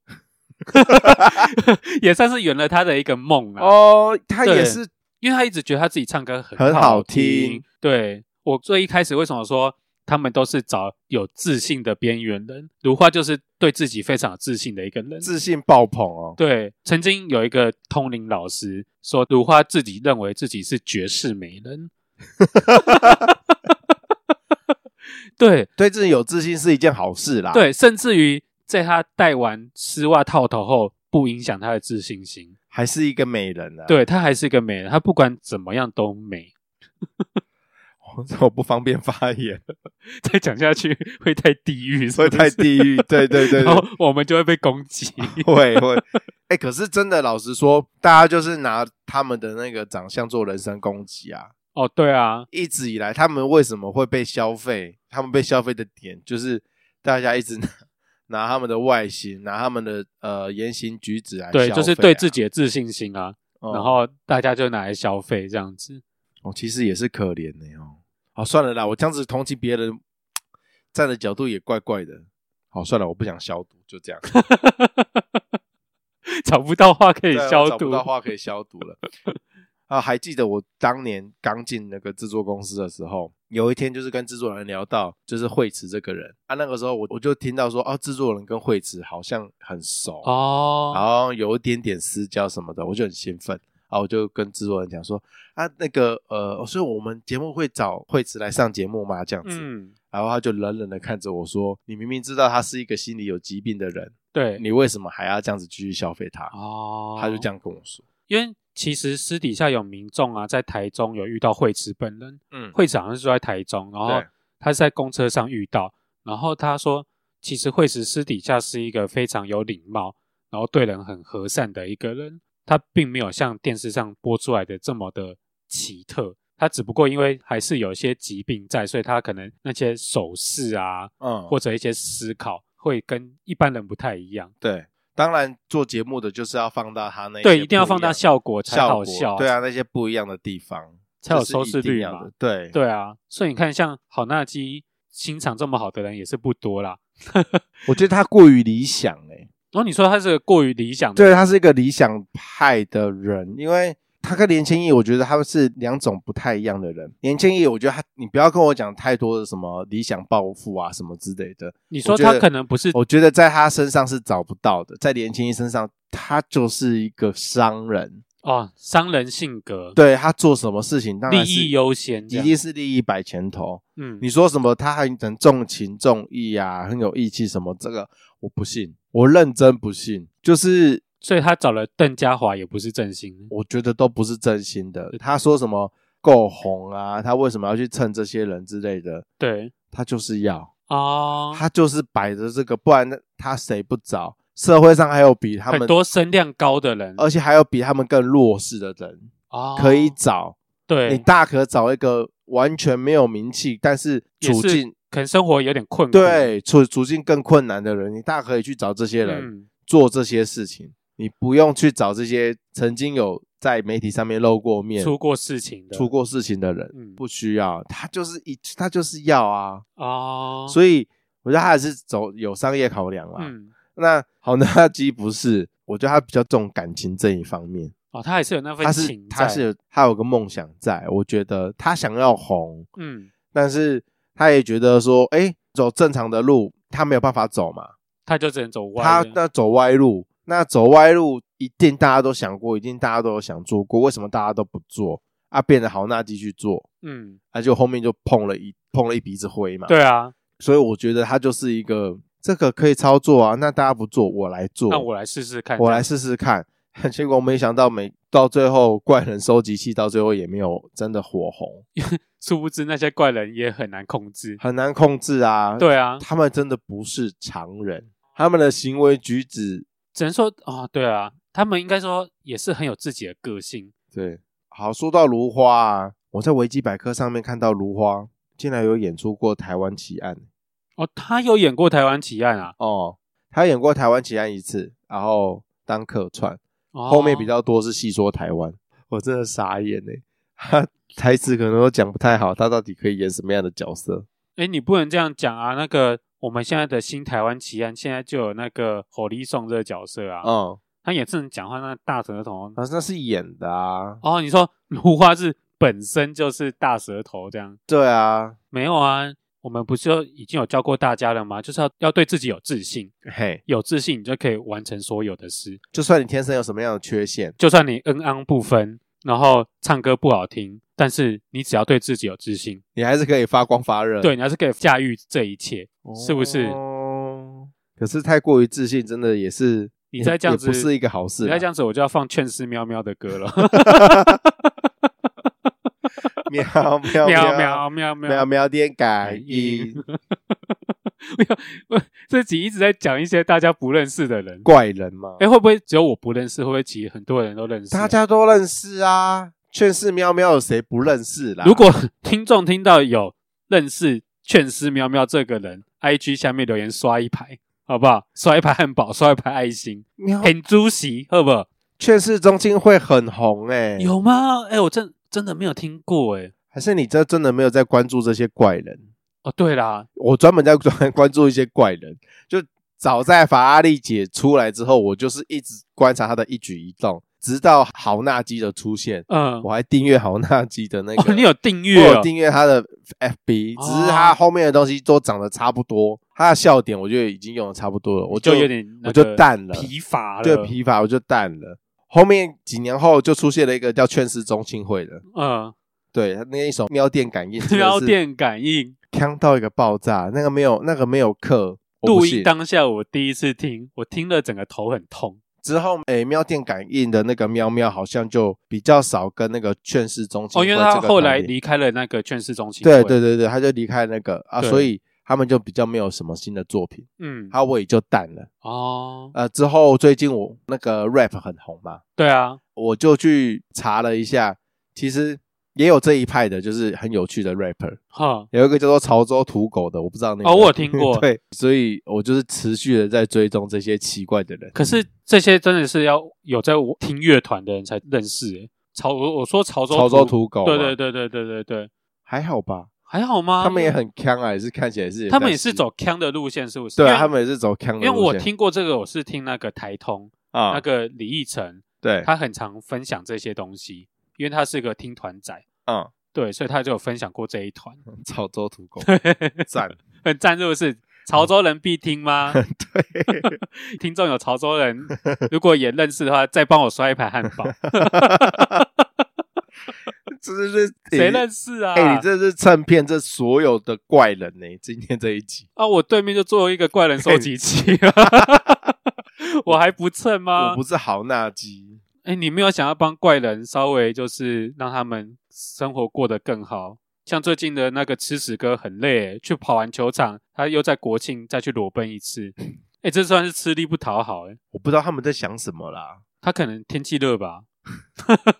S2: [laughs] 也算是圆了他的一个梦啊。
S1: 哦，他
S2: 对
S1: 也是
S2: 因为他一直觉得他自己唱歌很
S1: 很
S2: 好
S1: 好听
S2: 对我最一开始为什么说他们都是找有自信的边缘人，如花就是对自己非常有自信的一个人。
S1: 自信爆棚哦。
S2: 对，曾经有一个通灵老师说，如花自己认为自己是绝世美人。 [laughs] 对，
S1: 对自己有自信是一件好事啦。，
S2: 对，甚至于在他戴完丝袜套头后，不影响他的自信心。
S1: 还是一个美人啊。，
S2: 对他还是一个美人，他不管怎么样都美。
S1: [laughs]
S2: [laughs]
S1: 我不方便发言， [laughs]
S2: 再讲下去会太地狱，
S1: 所以太
S2: 狱，
S1: 地狱。对对对
S2: [laughs] 然后
S1: 对，
S2: 我们就会被攻
S1: [laughs]
S2: 击。
S1: 会会。哎、可是真的，老实说，大家就是拿他们的那个长相做人身攻击啊。
S2: 哦，对啊，
S1: 一直以来，他们为什么会被消费？他们被消费的点就是大家一直拿拿他们的外形，拿他们的呃言行举止来消费啊、
S2: 对，就是对自己的自信心啊，
S1: 哦，
S2: 然后大家就拿来消费这样子。 [laughs]
S1: 哦，其实也是可怜的、哦。好，算了啦，我这样子同情别人，站的角度也怪怪的。好，算了，我不想消毒，就这样。
S2: 找不到话可以
S1: 对啊
S2: 消
S1: 找
S2: 毒
S1: 不，到话可以消毒了。啊，还记得我当年刚进那个制作公司的时候，有一天就是跟制作人聊到，就是惠慈这个人啊，那个时候我我就听到说，哦、制作人跟惠慈好像很熟，
S2: 哦，
S1: 好像有一点点私交什么的，我就很兴奋啊，我就跟制作人讲说，啊，那个呃，所以我们节目会找惠慈来上节目吗？这样子，
S2: 嗯，
S1: 然后他就冷冷的看着我说，你明明知道他是一个心理有疾病的人，
S2: 对，
S1: 你为什么还要这样子继续消费他？
S2: 哦，
S1: 他就这样跟我说，
S2: 因为其实私底下有民众啊，在台中有遇到惠慈本人，
S1: 嗯，
S2: 惠慈好像是住在台中，然后
S1: 对
S2: 他是在公车上遇到，然后他说，其实惠慈私底下是一个非常有礼貌，然后对人很和善的一个人，他并没有像电视上播出来的这么的奇特。他只不过因为还是有一些疾病在，所以他可能那些手势啊，
S1: 嗯，
S2: 或者一些思考会跟一般人不太一样。
S1: 对，当然做节目的就是要放大他那
S2: 对，
S1: 些
S2: 一定要
S1: 哎不
S2: 放大
S1: 样
S2: 效果才
S1: 效
S2: 好
S1: 果，
S2: 笑、
S1: 对啊，那些不一样的地方
S2: 才有
S1: 这是
S2: 收视
S1: 一定
S2: 率
S1: 要
S2: 嘛
S1: 的，对
S2: 对啊，所以你看，像好纳基心肠这么好的人也是不多啦。
S1: 我觉得他过于理想哎、
S2: 然后你说他是个过于理想的
S1: 对
S2: 人，
S1: 他是一个理想派的人，因为。他跟连千亿，我觉得他们是两种不太一样的人。连千亿，我觉得他，你不要跟我讲太多的什么理想抱负啊什么之类的，
S2: 你说
S1: 我觉
S2: 他
S1: 得
S2: 可能不是
S1: 我觉得在他身上是找不到的。在连千亿身上，他就是一个商人，
S2: 哦商人性格，，
S1: 对他做什么事情当
S2: 利
S1: 然是
S2: 益优先这
S1: 一
S2: 样，
S1: 定是利益摆前头。
S2: 嗯，
S1: 你说什么他很很重情重义啊，很有义气什么，这个我不信，我认真不信。就是
S2: 所以他找了邓家华也不是真心，
S1: 我觉得都不是真心的。他说什么够红啊，他为什么要去蹭这些人之类的，
S2: 对
S1: 他就是要，
S2: 哦，
S1: 他就是摆着这个，不然他谁不找？社会上还有比他
S2: 很
S1: 们，
S2: 多声量高的人
S1: 而且还有比他们更弱势的人
S2: 哦，
S1: 可以找。你
S2: 对，
S1: 大可找一个完全没有名气，但是
S2: 也
S1: 处
S2: 是
S1: 境
S2: 可能生活有点困苦，
S1: 对处处境更困难的人，你大可以去找这些人、
S2: 嗯，
S1: 做这些事情，你不用去找这些曾经有在媒体上面露过面、
S2: 出过事情的，
S1: 出过事情的人，
S2: 嗯
S1: 不需要，他就是一他就是要啊，
S2: 哦，以
S1: 所以我觉得他还是走有商业考量啦。
S2: 嗯，
S1: 那好，那基不是，我觉得他比较重感情这一方面，
S2: 哦，他还是有那份
S1: 他是
S2: 情在，
S1: 他是有他有个梦想在，我觉得他想要红，
S2: 嗯，
S1: 但是他也觉得说，哎、走正常的路他没有办法走嘛。
S2: 他就只能走歪
S1: 他
S2: 的
S1: 那走歪路，那走歪路一定大家都想过，一定大家都有想做过，为什么大家都不做啊？变得好纳继续做，
S2: 嗯，
S1: 啊，就后面就碰了一碰了一鼻子灰嘛。，
S2: 对啊，
S1: 所以我觉得他就是一个这个可以操作啊，那大家不做，我来做，
S2: 那我来试试看，
S1: 我来试试看。 [laughs] 结果没想到每到最后，怪人收集器到最后也没有真的火红，
S2: 殊不知那些怪人也很难控制。
S1: 很难控制啊。，
S2: 对啊，
S1: 他们真的不是常人，他们的行为举止
S2: 只能说啊、对啊，他们应该说也是很有自己的个性。
S1: 对，好，说到芦花啊，我在维基百科上面看到芦花竟然有演出过台湾奇案
S2: 哦，他有演过台湾奇案啊，
S1: 哦，他演过台湾奇案一次，然后当客串，
S2: 哦、
S1: 后面比较多是戏说台湾，我真的傻眼呢，他台词可能都讲不太好，他到底可以演什么样的角色？
S2: 哎，你不能这样讲啊。那个我们现在的新台湾奇案，现在就有那个火力送这个角色啊，
S1: 哦，
S2: 他也是能讲话那大舌头。
S1: 好像是演的啊，
S2: 哦，你说芦花是本身就是大舌头这样？
S1: 对啊，
S2: 没有啊，我们不是就已经有教过大家了吗？就是要要对自己有自信，
S1: 嘿，
S2: 有自信你就可以完成所有的事。
S1: 就算你天生有什么样的缺陷，
S2: 就算你恩昂不分，然后唱歌不好听，但是你只要对自己有自信，
S1: 你还是可以发光发热，
S2: 对，你还是可以驾驭这一切。是不是
S1: 哦可是太过于自信，真的也是
S2: 你再这样
S1: 也
S2: 子
S1: 不是一啊个好事
S2: 你
S1: 啦。
S2: 再这样子，我就要放《劝世喵喵》的
S1: [laughs]
S2: 歌了。
S1: 喵喵喵
S2: 喵喵
S1: 喵
S2: 喵喵！
S1: 喵电感应
S2: 我这集一直在讲一些大家不认识的
S1: [laughs]
S2: 人。
S1: 怪人嘛，
S2: 哎，会不会只有我不认识？会不会其实很多人都认识啊？
S1: 大家都认识啊。劝世喵喵有谁不认识啦？
S2: [laughs] 如果听众听到有认识《劝世喵喵》这个人，IG 下面留言刷一排，好不好？刷一排汉堡，刷一排爱心，
S1: 喵
S2: 很主席，好不好？
S1: 劝世中心会很红哎、
S2: 有吗？哎、我真真的没有听过哎、
S1: 还是你这真的没有在关注这些怪人？
S2: 哦，对啦，
S1: 我专门在专关注一些怪人，就早在法拉利姐出来之后，我就是一直观察她的一举一动，直到豪纳基的出现，
S2: 嗯，
S1: 我还订阅豪纳基的那个，
S2: [laughs] 哦，你有订
S1: 我
S2: 阅、
S1: 有
S2: 哦？
S1: 订阅他的 FB，
S2: 哦
S1: 只是他后面的东西都长得差不多，他的笑点我觉得已经用的差不多了，我
S2: 就有点那
S1: 我
S2: 个
S1: 就淡了，
S2: 疲乏了，
S1: 对疲乏我就淡了。后面几年后就出现了一个叫劝世中庆会的，
S2: 嗯，
S1: 对他那一首喵电感应，
S2: [laughs] 标电感应。
S1: 坑到一个爆炸，那个没有那个没有课，我不
S2: 录
S1: 信
S2: 音当下我第一次听，我听了整个头很痛。
S1: 之后，诶，喵电感应的那个喵喵好像就比较少跟那个劝世中庆
S2: 哦，
S1: 会
S2: 因
S1: 这
S2: 为
S1: 个团体，
S2: 他后来离开了那个劝世中心。
S1: 对对，对对，他就离开那个啊，
S2: 对
S1: 所以他们就比较没有什么新的作品。
S2: 嗯，
S1: 他我也就淡了。
S2: 哦，
S1: 呃，之后最近我那个 rap 很红嘛，
S2: 对啊，
S1: 我就去查了一下，其实也有这一派的，就是很有趣的 rapper，
S2: 哈，
S1: 有一个叫做潮州土狗的，我不知道那个。
S2: 哦，我有听过。
S1: [laughs] 对，所以我就是持续的在追踪这些奇怪的人。
S2: 可是这些真的是要有在听乐团的人才认识诶。潮，我我说潮州
S1: 潮州土狗嘛，啊
S2: 对对对对对对对，
S1: 还好吧？
S2: 还好吗？
S1: 他们也很强啊，也是看起来是，
S2: 他们也是，走腔的路线，是不是？
S1: 对
S2: 因
S1: 啊，
S2: 为
S1: 他们也是走强的
S2: 因
S1: 路线。
S2: 为我听过这个，我是听那个台通
S1: 啊，
S2: 那个李义成，
S1: 对，
S2: 他很常分享这些东西，因为他是个听团仔，
S1: 嗯，
S2: 对，所以他就有分享过这一团，
S1: 潮州土
S2: [laughs]
S1: 狗嗯赞，
S2: 很赞，是不是？潮州人必听
S1: [laughs]
S2: 吗？
S1: 对，
S2: 听众有潮州人，如果也认识的话，再帮我刷一盘汉
S1: [laughs]
S2: 堡，
S1: 这是
S2: [laughs] 谁认识啊？
S1: 哎、你这是蹭骗这所有的怪人呢、今天这一集，
S2: 啊，我对面就坐一个怪人收集
S1: 哎
S2: 器， [laughs] 我还不蹭吗
S1: 我不？是豪纳基，
S2: 哎、你没有想要帮怪人稍微就是让他们生活过得更好？像最近的那个吃屎哥很累、去跑完球场，他又在国庆再去裸奔一次，哎、这算是吃力不讨好哎、
S1: 我不知道他们在想什么啦。
S2: 他可能天气热吧， [laughs]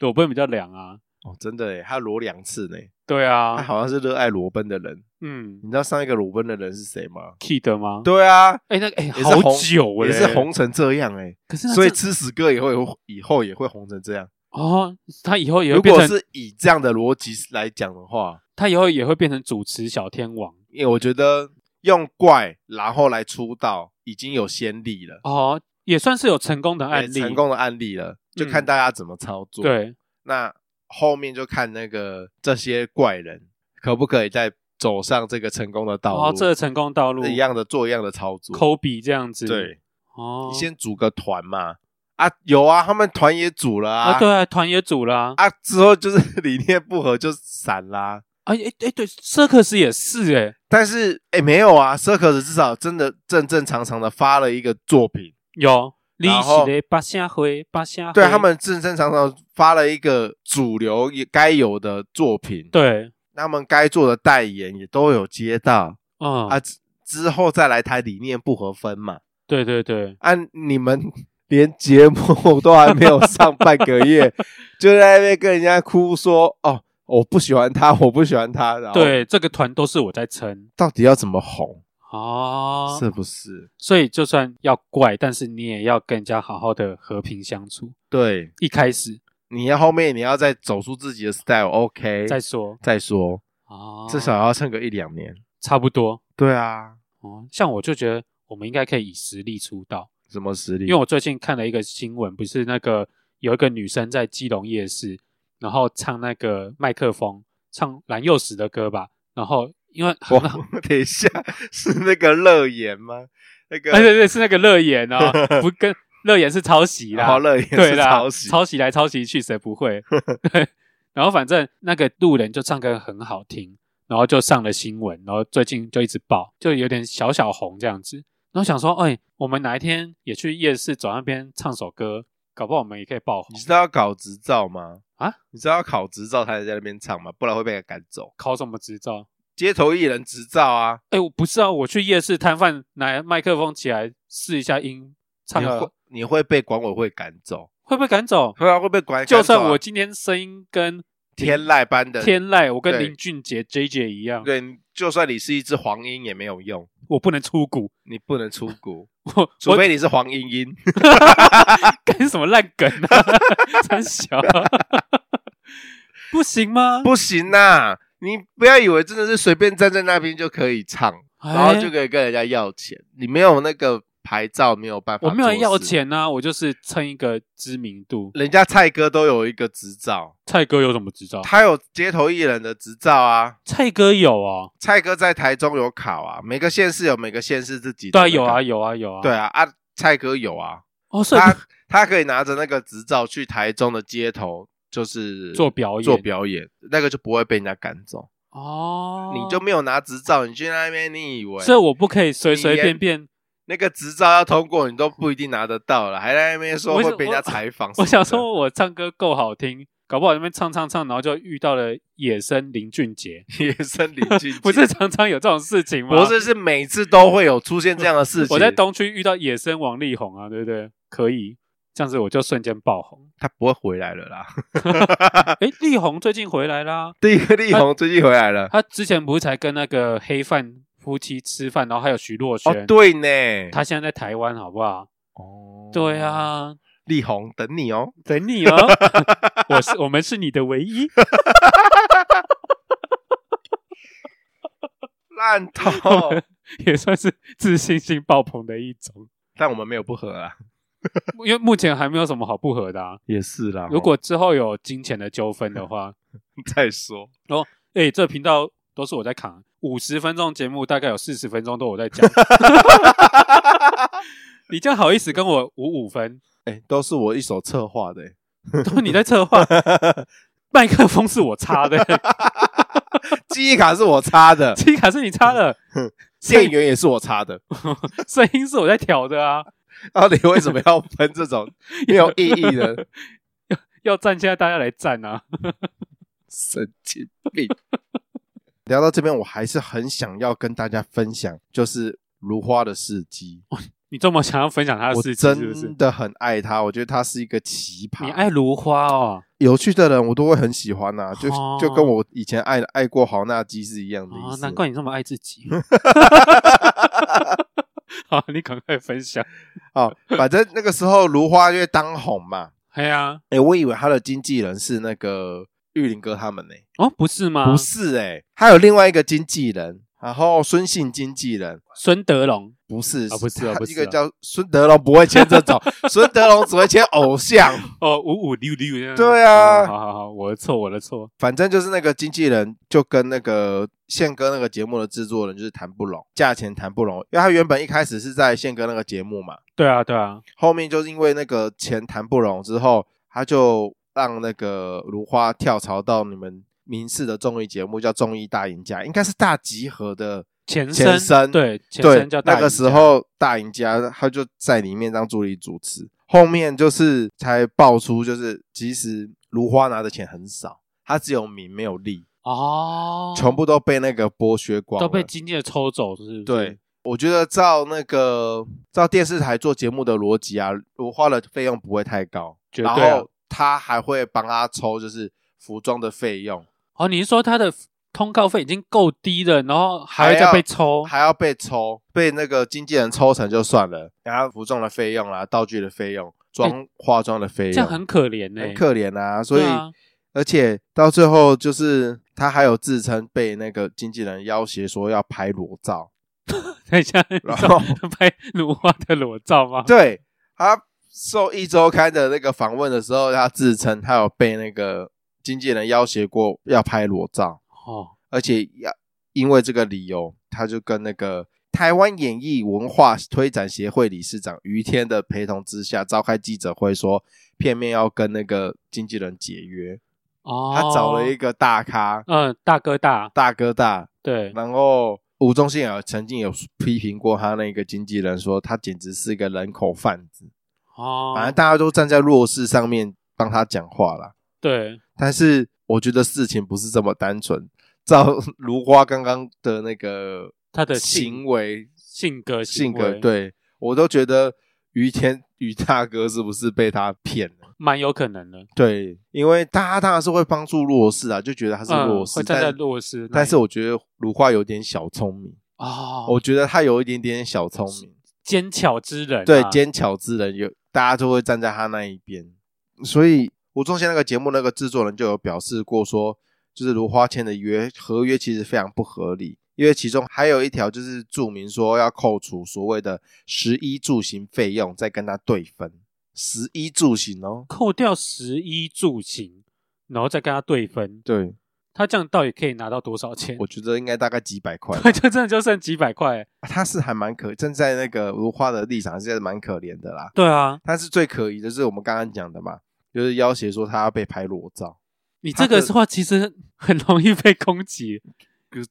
S2: 裸奔比较凉啊。
S1: 哦，真的耶，他裸两次呢，
S2: 对
S1: 他
S2: 啊，
S1: 哎好像是热爱裸奔的人。
S2: 嗯
S1: 你知道上一个裸奔的人是谁吗？
S2: ，Kid 吗？，
S1: 对啊，
S2: 哎、那个哎、
S1: 也是
S2: 好
S1: 红
S2: 久哎、
S1: 也是红，成这样哎，
S2: 可是他
S1: 所以
S2: 这
S1: 吃屎哥也会以后也会红成这样。
S2: 哦，他以后也会
S1: 如
S2: 变
S1: 果
S2: 成，
S1: 是以这样的逻辑来讲的话，
S2: 他以后也会变成主持小天王
S1: 因为我觉得用怪然后来出道已经有先例了，
S2: 哦，也算是有成功的
S1: 哎
S2: 案例，
S1: 成功的案例了，就看
S2: 嗯
S1: 大家怎么操作。。
S2: 对。
S1: 那后面就看那个这些怪人可不可以再走上这个成功的道路，
S2: 哦，这个成功道路
S1: 一样的做一样的操作。
S2: 抠鼻这样子。，
S1: 对，
S2: 哦，
S1: 你先组个团嘛，啊，有啊，他们团也组了啊，
S2: 啊，对啊，团也组啦。
S1: 啊之后就是 [laughs] 理念不合就散啦。
S2: 哎哎哎，对，circus 也是哎，
S1: 但是哎，没有啊，Circus 至少真的正正常常的发了一个作品，
S2: 有利
S1: 然
S2: 息
S1: 后
S2: 的八下灰八下灰。
S1: 对他们正正常常地发了一个主流也该有的作品，
S2: 对，
S1: 他们该做的代言也都有接到，
S2: 嗯
S1: 啊，之之后再来谈理念不合分嘛。
S2: 对对对，
S1: 啊，你们连节目 [laughs] 都还没有上半个月，就在那边跟人家哭说哦，我不喜欢他，我不喜欢他，然后
S2: 对这个团都是我在撑
S1: 到底要怎么红，
S2: 哦，
S1: 是不是？
S2: 所以就算要怪，但是你也要跟人家好好的和平相处。
S1: 对，
S2: 一开始
S1: 你要后面你要再走出自己的 style，OK，、
S2: 再说
S1: 再说，
S2: 哦，
S1: 至少要撑个一两年。
S2: 差不多
S1: 对啊，
S2: 哦。像我就觉得我们应该可以以实力出道。
S1: 什么实力？
S2: 因为我最近看了一个新闻，不是那个有一个女生在基隆夜市，然后唱那个麦克风，唱蓝又时的歌吧，然后因为
S1: [laughs] 我等一下是那个乐言吗？那个
S2: 哎对对是那个乐
S1: [laughs]
S2: 言啊，不跟乐言是抄袭啦
S1: 好，哦乐言
S2: 对
S1: 是
S2: 啦，
S1: 抄袭，
S2: 来抄袭去，谁
S1: [laughs]
S2: 不会？对，然后反正那个路人就唱歌很好听，然后就上了新闻，然后最近就一直爆，就有点小小红这样子。然后想说，哎、我们哪一天也去夜市走那边唱首歌，搞不好我们也可以爆红
S1: 你。知道要考执照吗？
S2: 啊，
S1: 你知道要考执照才能在那边唱吗？不然会被赶走。
S2: 考什么执照？
S1: 街头艺人执照啊，
S2: 哎、我不是啊，我去夜市摊贩拿麦克风起来试一下音，唱
S1: 你
S2: 个
S1: 会你会被管委会赶走，
S2: 会不会赶走？
S1: 对啊，会被管。
S2: 就
S1: 赶走啊
S2: 算我今天声音跟
S1: 天籁般的
S2: 天籁，我跟
S1: 对
S2: 林俊杰 J J 一样，
S1: 对，就算你是一只黄莺也没有用，
S2: 我不能出谷，
S1: 你不能
S2: [laughs]
S1: 出国，
S2: 我
S1: 除
S2: 我
S1: 非你是黄莺莺。
S2: 干什么烂梗
S1: [laughs]
S2: 啊？真小，不行吗？
S1: 不行呐、你不要以为真的是随便站在那边就可以唱，
S2: 哎
S1: 然后就可以跟人家要钱。你没有那个牌照，没有办法。
S2: 我没有要，钱呐、我就是蹭一个知名度。
S1: 人家蔡哥都有一个执照，
S2: 蔡哥有什么执照？
S1: 他有街头艺人的执照啊。
S2: 蔡哥有啊，
S1: 蔡哥在台中有考啊，每个县市有每个县市自己的
S2: 对啊，
S1: 那个
S2: 有啊，，有啊，有啊。
S1: 对，啊，啊，蔡哥有啊，
S2: 哦，所以
S1: 他他可以拿着那个执照去台中的街头，就是
S2: 做表演
S1: 做表演，那个就不会被人家赶走。
S2: 哦，
S1: 你就没有拿执照，你去那边，你以为？
S2: 所以我不可以随随便便。
S1: 那个执照要通过，你都不一定拿得到了，还在那边说
S2: 我是
S1: 会被人家采访什么的。
S2: 我想说，我唱歌够好听，搞不好那边唱唱唱，然后就遇到了野生林俊杰。
S1: [laughs] 野生林俊杰
S2: 不是，常常有这种事情吗？
S1: 不是，是每次都会有出现这样的事情。
S2: 我在东区遇到野生王力宏啊，对不对？可以，这样子我就瞬间爆红。
S1: 他不会回来了啦。啊
S2: 诶，力宏最近回来啦，
S1: 第一个力宏最近回来了，
S2: 他之前不是才跟那个黑范夫妻吃饭，然后还有徐若瑄，
S1: 哦，对呢，
S2: 他现在在台湾，好不好？
S1: 哦
S2: 对，啊，
S1: 力宏等你哦，
S2: 等你哦，我是我们是你的唯一， [laughs] [laughs]
S1: 烂透。
S2: 也算是自信心爆棚的一种，
S1: 但我们没有不合啊，
S2: 因为目前还没有什么好不合的啊。
S1: 也是啦
S2: 如果之后有金钱的纠纷的话，
S1: [laughs] 再说，
S2: 哎、这频道都是我在扛，五十分钟节目大概有四十分钟都我在讲， [laughs] 你这样好意思跟我五五分？
S1: 哎，都是我一手策划的，欸
S2: 都你在策划，
S1: [laughs]
S2: 麦克风是我插的，
S1: 记忆卡是我插 [laughs] 的，
S2: 记忆卡是你插的，
S1: 电源也是我插的。
S2: 声音是我在调的啊。
S1: 到底为什么要分这种没有意义的？
S2: [laughs] 要站，现在大家来站啊！
S1: 神经病。聊到这边，我还是很想要跟大家分享，就是如花的事迹。
S2: 你这么想要分享哦他的
S1: 我
S2: 事情，是不是
S1: 真？的很爱她，我觉得她是一个奇葩。
S2: 你爱如花哦，
S1: 有趣的人，我都会很喜欢呐、就、
S2: 哦
S1: 就跟我以前爱爱过豪纳基是一样的意
S2: 哦，
S1: 思。
S2: 难怪你这么爱自 [laughs] 己。好，你赶快分 [laughs] 享。
S1: 哦，反正那个时候如花因为当红嘛，
S2: 哎呀，
S1: 哎、我以为她的经纪人是那个玉林哥他们呢、
S2: 哦，不是吗？
S1: 不是哎、还有另外一个经纪人，然后孙姓经纪人，
S2: 孙德龙
S1: 不是
S2: 啊不是啊
S1: 他
S2: 不是
S1: 一个
S2: 啊
S1: 叫孙德龙不会签这种，孙德龙只会签偶像。
S2: 哦，五五六六这样。
S1: 对啊
S2: 哦好好好，我的错，我的错。
S1: 反正就是那个经纪人就跟那个宪哥那个节目的制作人就是谈不拢，价钱谈不拢，因为他原本一开始是在宪哥那个节目嘛，
S2: 对啊，对啊，
S1: 后面就是因为那个钱谈不拢之后，他就让那个如花跳槽到你们民视的综艺节目叫《综艺大赢家》，应该是大集合的
S2: 前
S1: 前
S2: 身
S1: 身
S2: 对前
S1: 对，
S2: 身叫大
S1: 那个
S2: 赢
S1: 时
S2: 家
S1: 候大赢家他就在里面当助理主持，后面就是才爆出，就是其实如花拿的钱很少，他只有名没有利，
S2: 哦，
S1: 全部都被那个剥削光了，
S2: 都被经纪人抽走，是不是？
S1: 对。嗯我觉得照那个照电视台做节目的逻辑啊，如花的费用不会太高，
S2: 绝对
S1: 然
S2: 啊
S1: 后他还会帮他抽就是服装的费用，
S2: 哦，你是说他的通告费已经够低了，然后还会
S1: 还要
S2: 再被抽？
S1: 还要被抽，被那个经纪人抽成就算了，然后服装的费用啦、啊道具的费用、妆化妆的费用，
S2: 这样很可怜呢、
S1: 很可怜啊。所以，
S2: 对啊
S1: 而且到最后就是他还有自称被那个经纪人要挟说要拍裸照，
S2: 等一下，
S1: 然后
S2: 拍如花的裸照吗？
S1: 对他受一周刊的那个访问的时候，他自称他有被那个经纪人要挟过要拍裸照，
S2: 哦，
S1: 而且要因为这个理由，他就跟那个台湾演艺文化推展协会理事长于天的陪同之下，召开记者会说，片面要跟那个经纪人解约。
S2: 哦，
S1: 他找了一个大咖，
S2: 嗯、大哥大，
S1: 大哥大，
S2: 对，
S1: 然后。吴宗宪也曾经有批评过他那个经纪人，说他简直是一个人口贩子。
S2: 哦，
S1: 反正大家都站在弱势上面帮他讲话啦。
S2: 对，
S1: 但是我觉得事情不是这么单纯。照 [laughs] 如花刚刚的那个
S2: 他的
S1: 行
S2: 性
S1: 为
S2: 性格
S1: 性
S2: 呃为
S1: 格，对我都觉得于天于大哥是不是被他骗了？
S2: 蛮有可能的。
S1: 对，因为大家当然是会帮助弱势啊，就觉得他是弱
S2: 嗯，
S1: 势，
S2: 会站在
S1: 但
S2: 弱势那一，
S1: 但是我觉得鲁化有点小聪明，
S2: 哦，
S1: 我觉得他有一点点小聪明，
S2: 奸巧之人啊，
S1: 对，奸巧之人有，大家就会站在他那一边。所以吴宗宪那个节目那个制作人就有表示过说，就是如花签的约合约其实非常不合理，因为其中还有一条就是注明说要扣除所谓的十一住行费用，再跟他对分。十一住行哦，
S2: 扣掉十一住行，然后再跟他对分，
S1: 对，
S2: 他这样到底可以拿到多少钱？。
S1: 我觉得应该大概几百块啊
S2: 对， [laughs] 就真的就剩几百块。
S1: 他是还蛮可，站在那个如花的立场是蛮可怜的啦。
S2: 对啊，
S1: 但是最可疑的是我们刚刚讲的嘛，就是要挟说他要被拍裸照。
S2: 你
S1: 他
S2: 这个
S1: 的
S2: 话其实很容易被攻击。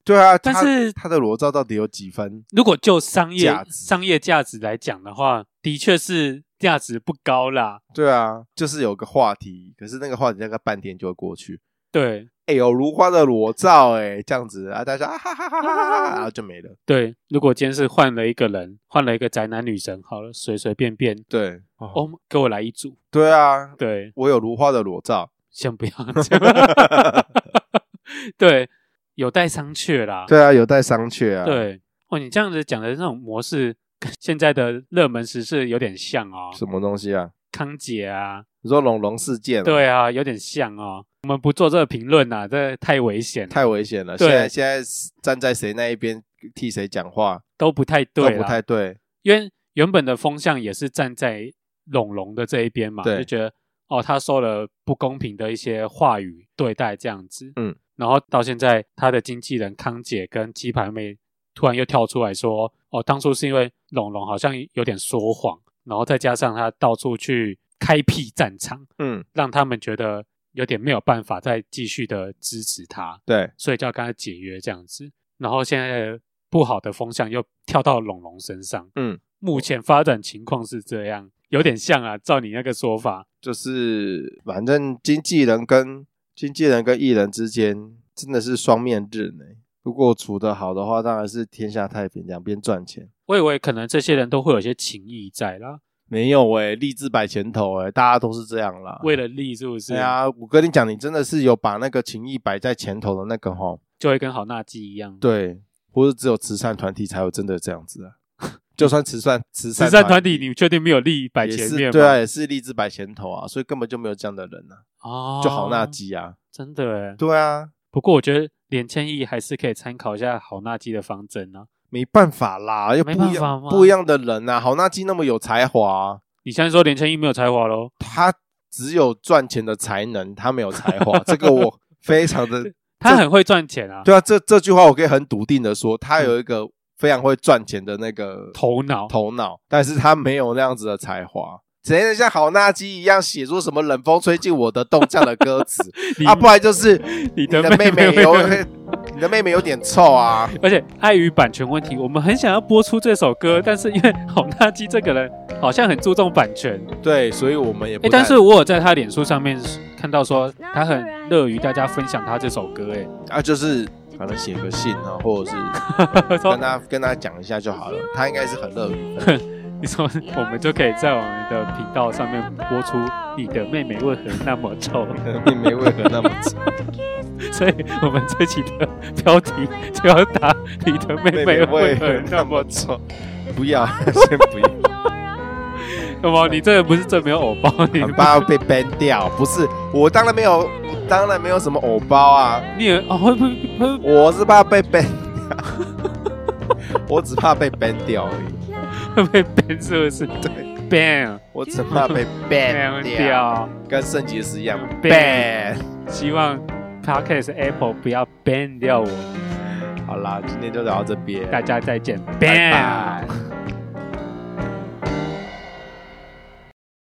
S1: 对啊，
S2: 但
S1: 他
S2: 是
S1: 他的裸照到底有几分？
S2: 如果就商业
S1: 价值
S2: 商业价值来讲的话，的确是价值不高啦。
S1: 对啊，就是有个话题，可是那个话题大概半天就会过去。
S2: 对
S1: 哎呦，如花的裸照、哎，这样子啊，大家啊哈哈哈哈哈哈，然后就没了。
S2: 对，如果今天是换了一个人，换了一个宅男女神，好了，随随便便，
S1: 对，哦，
S2: 哦，给我来一组。
S1: 对啊，
S2: 对，
S1: 我有如花的裸照，[laughs]
S2: 先不要这样。 [laughs] 对，有待商榷啦。
S1: 对啊，有待商榷啊。，
S2: 对，哦，你这样子讲的那种模式，跟现在的热门时事有点像哦，
S1: 什么东西啊？
S2: 康姐啊，
S1: 你说龙龙事件、
S2: 对，啊，有点像哦。我们不做这个评论呐、这太危险了，
S1: 太危险了。
S2: 对
S1: 现在现在站在谁那一边替谁讲话
S2: 都不太
S1: 都
S2: 对啦
S1: 不太对。
S2: 因为原本的风向也是站在龙龙的这一边嘛，
S1: 对
S2: 就觉得哦，他受了不公平的一些话语对待这样子，
S1: 嗯，
S2: 然后到现在他的经纪人康姐跟鸡排妹突然又跳出来说，哦，当初是因为龙龙好像有点说谎，然后再加上他到处去开辟战场，
S1: 嗯，
S2: 让他们觉得有点没有办法再继续的支持他，
S1: 对，
S2: 所以就要跟他解约这样子。然后现在的不好的风向又跳到龙龙身上，
S1: 嗯，
S2: 目前发展情况是这样，有点像啊，照你那个说法，
S1: 就是反正经纪人跟经纪人跟艺人之间真的是双面刃呢、如果处得好的话，当然是天下太平，两边赚钱。
S2: 我以为可能这些人都会有一些情谊在啦，
S1: 没有哎、励志摆前头哎、大家都是这样啦。
S2: 为了利是不是？
S1: 对，啊，我跟你讲，你真的是有把那个情谊摆在前头的那个哈，
S2: 就会跟好纳基一样，，
S1: 对，不是只有慈善团体才有真的这样子啊。 [laughs] 就算慈善慈
S2: 慈
S1: 善
S2: 善团体，你确定没有利益摆
S1: 也
S2: 前
S1: 是
S2: 面吗？
S1: 对啊，，也是励志摆前头啊，所以根本就没有这样的人啊，
S2: 哦，
S1: 就好纳，基啊，
S2: 真的耶。
S1: 对啊，
S2: 不过我觉得连千亿还是可以参考一下好纳基的方针啊。
S1: 没办法啦，又不
S2: 没
S1: 一
S2: 办法
S1: 样
S2: 吗
S1: 不一样的人呐、啊。好纳基那么有才华、
S2: 你现在说连千亿没有才华喽？
S1: 他只有赚钱的才能，他没有才
S2: [laughs]
S1: 华，这个我非常的
S2: 他很会赚钱啊，
S1: 对啊。这这句话我可以很笃定的说，他有一个非常会赚钱的那个
S2: 头脑
S1: 头脑，但是他没有那样子的才华。谁能像好纳基一样写出什么“冷风吹进我的洞”这样的歌
S2: [laughs]
S1: 词
S2: 你
S1: 啊？不然就是
S2: 你
S1: 你
S2: 的
S1: 的
S2: 妹
S1: 妹
S2: 妹
S1: 妹有，你的妹妹有点臭啊。
S2: 而且碍于版权问题，我们很想要播出这首歌，但是因为好垃圾这个人好像很注重版权，
S1: 对，所以我们也
S2: 哎
S1: 不，
S2: 但
S1: 太
S2: 是我有在他脸书上面看到说他很乐于大家分享他这首歌，
S1: 啊，就是可能写个信啊，或者是
S2: 哎，
S1: 跟
S2: 说
S1: 他跟他讲一下 [laughs] 就好了，他应该是很乐 [laughs] 于分。
S2: 你说我们就可以在我们的频道上面播出你的妹妹为何那么臭，
S1: 并没为何那么丑，
S2: [laughs] 所以我们这期的标题就要打你的妹妹为何那么臭。
S1: 丑， [laughs] 不要，先不要，
S2: 那么你这个不是真没有偶包，你
S1: 很怕被 ban 掉。不是，我当然没有，当然没有什么偶包啊，
S2: 你也哦会不会会不会
S1: 我是怕被 ban 掉， [laughs] 我只怕被 ban 掉而已，
S2: 会被 ban 是不是？
S1: 对
S2: ，ban
S1: 我只怕被 ban 掉，
S2: 掉。
S1: 跟圣洁石一样
S2: ban
S1: ban。
S2: 希望 Podcast Apple 不要 ban 掉我，
S1: 好啦，今天就聊到这边，
S2: 大家再见
S1: 拜
S2: ，ban
S1: 拜。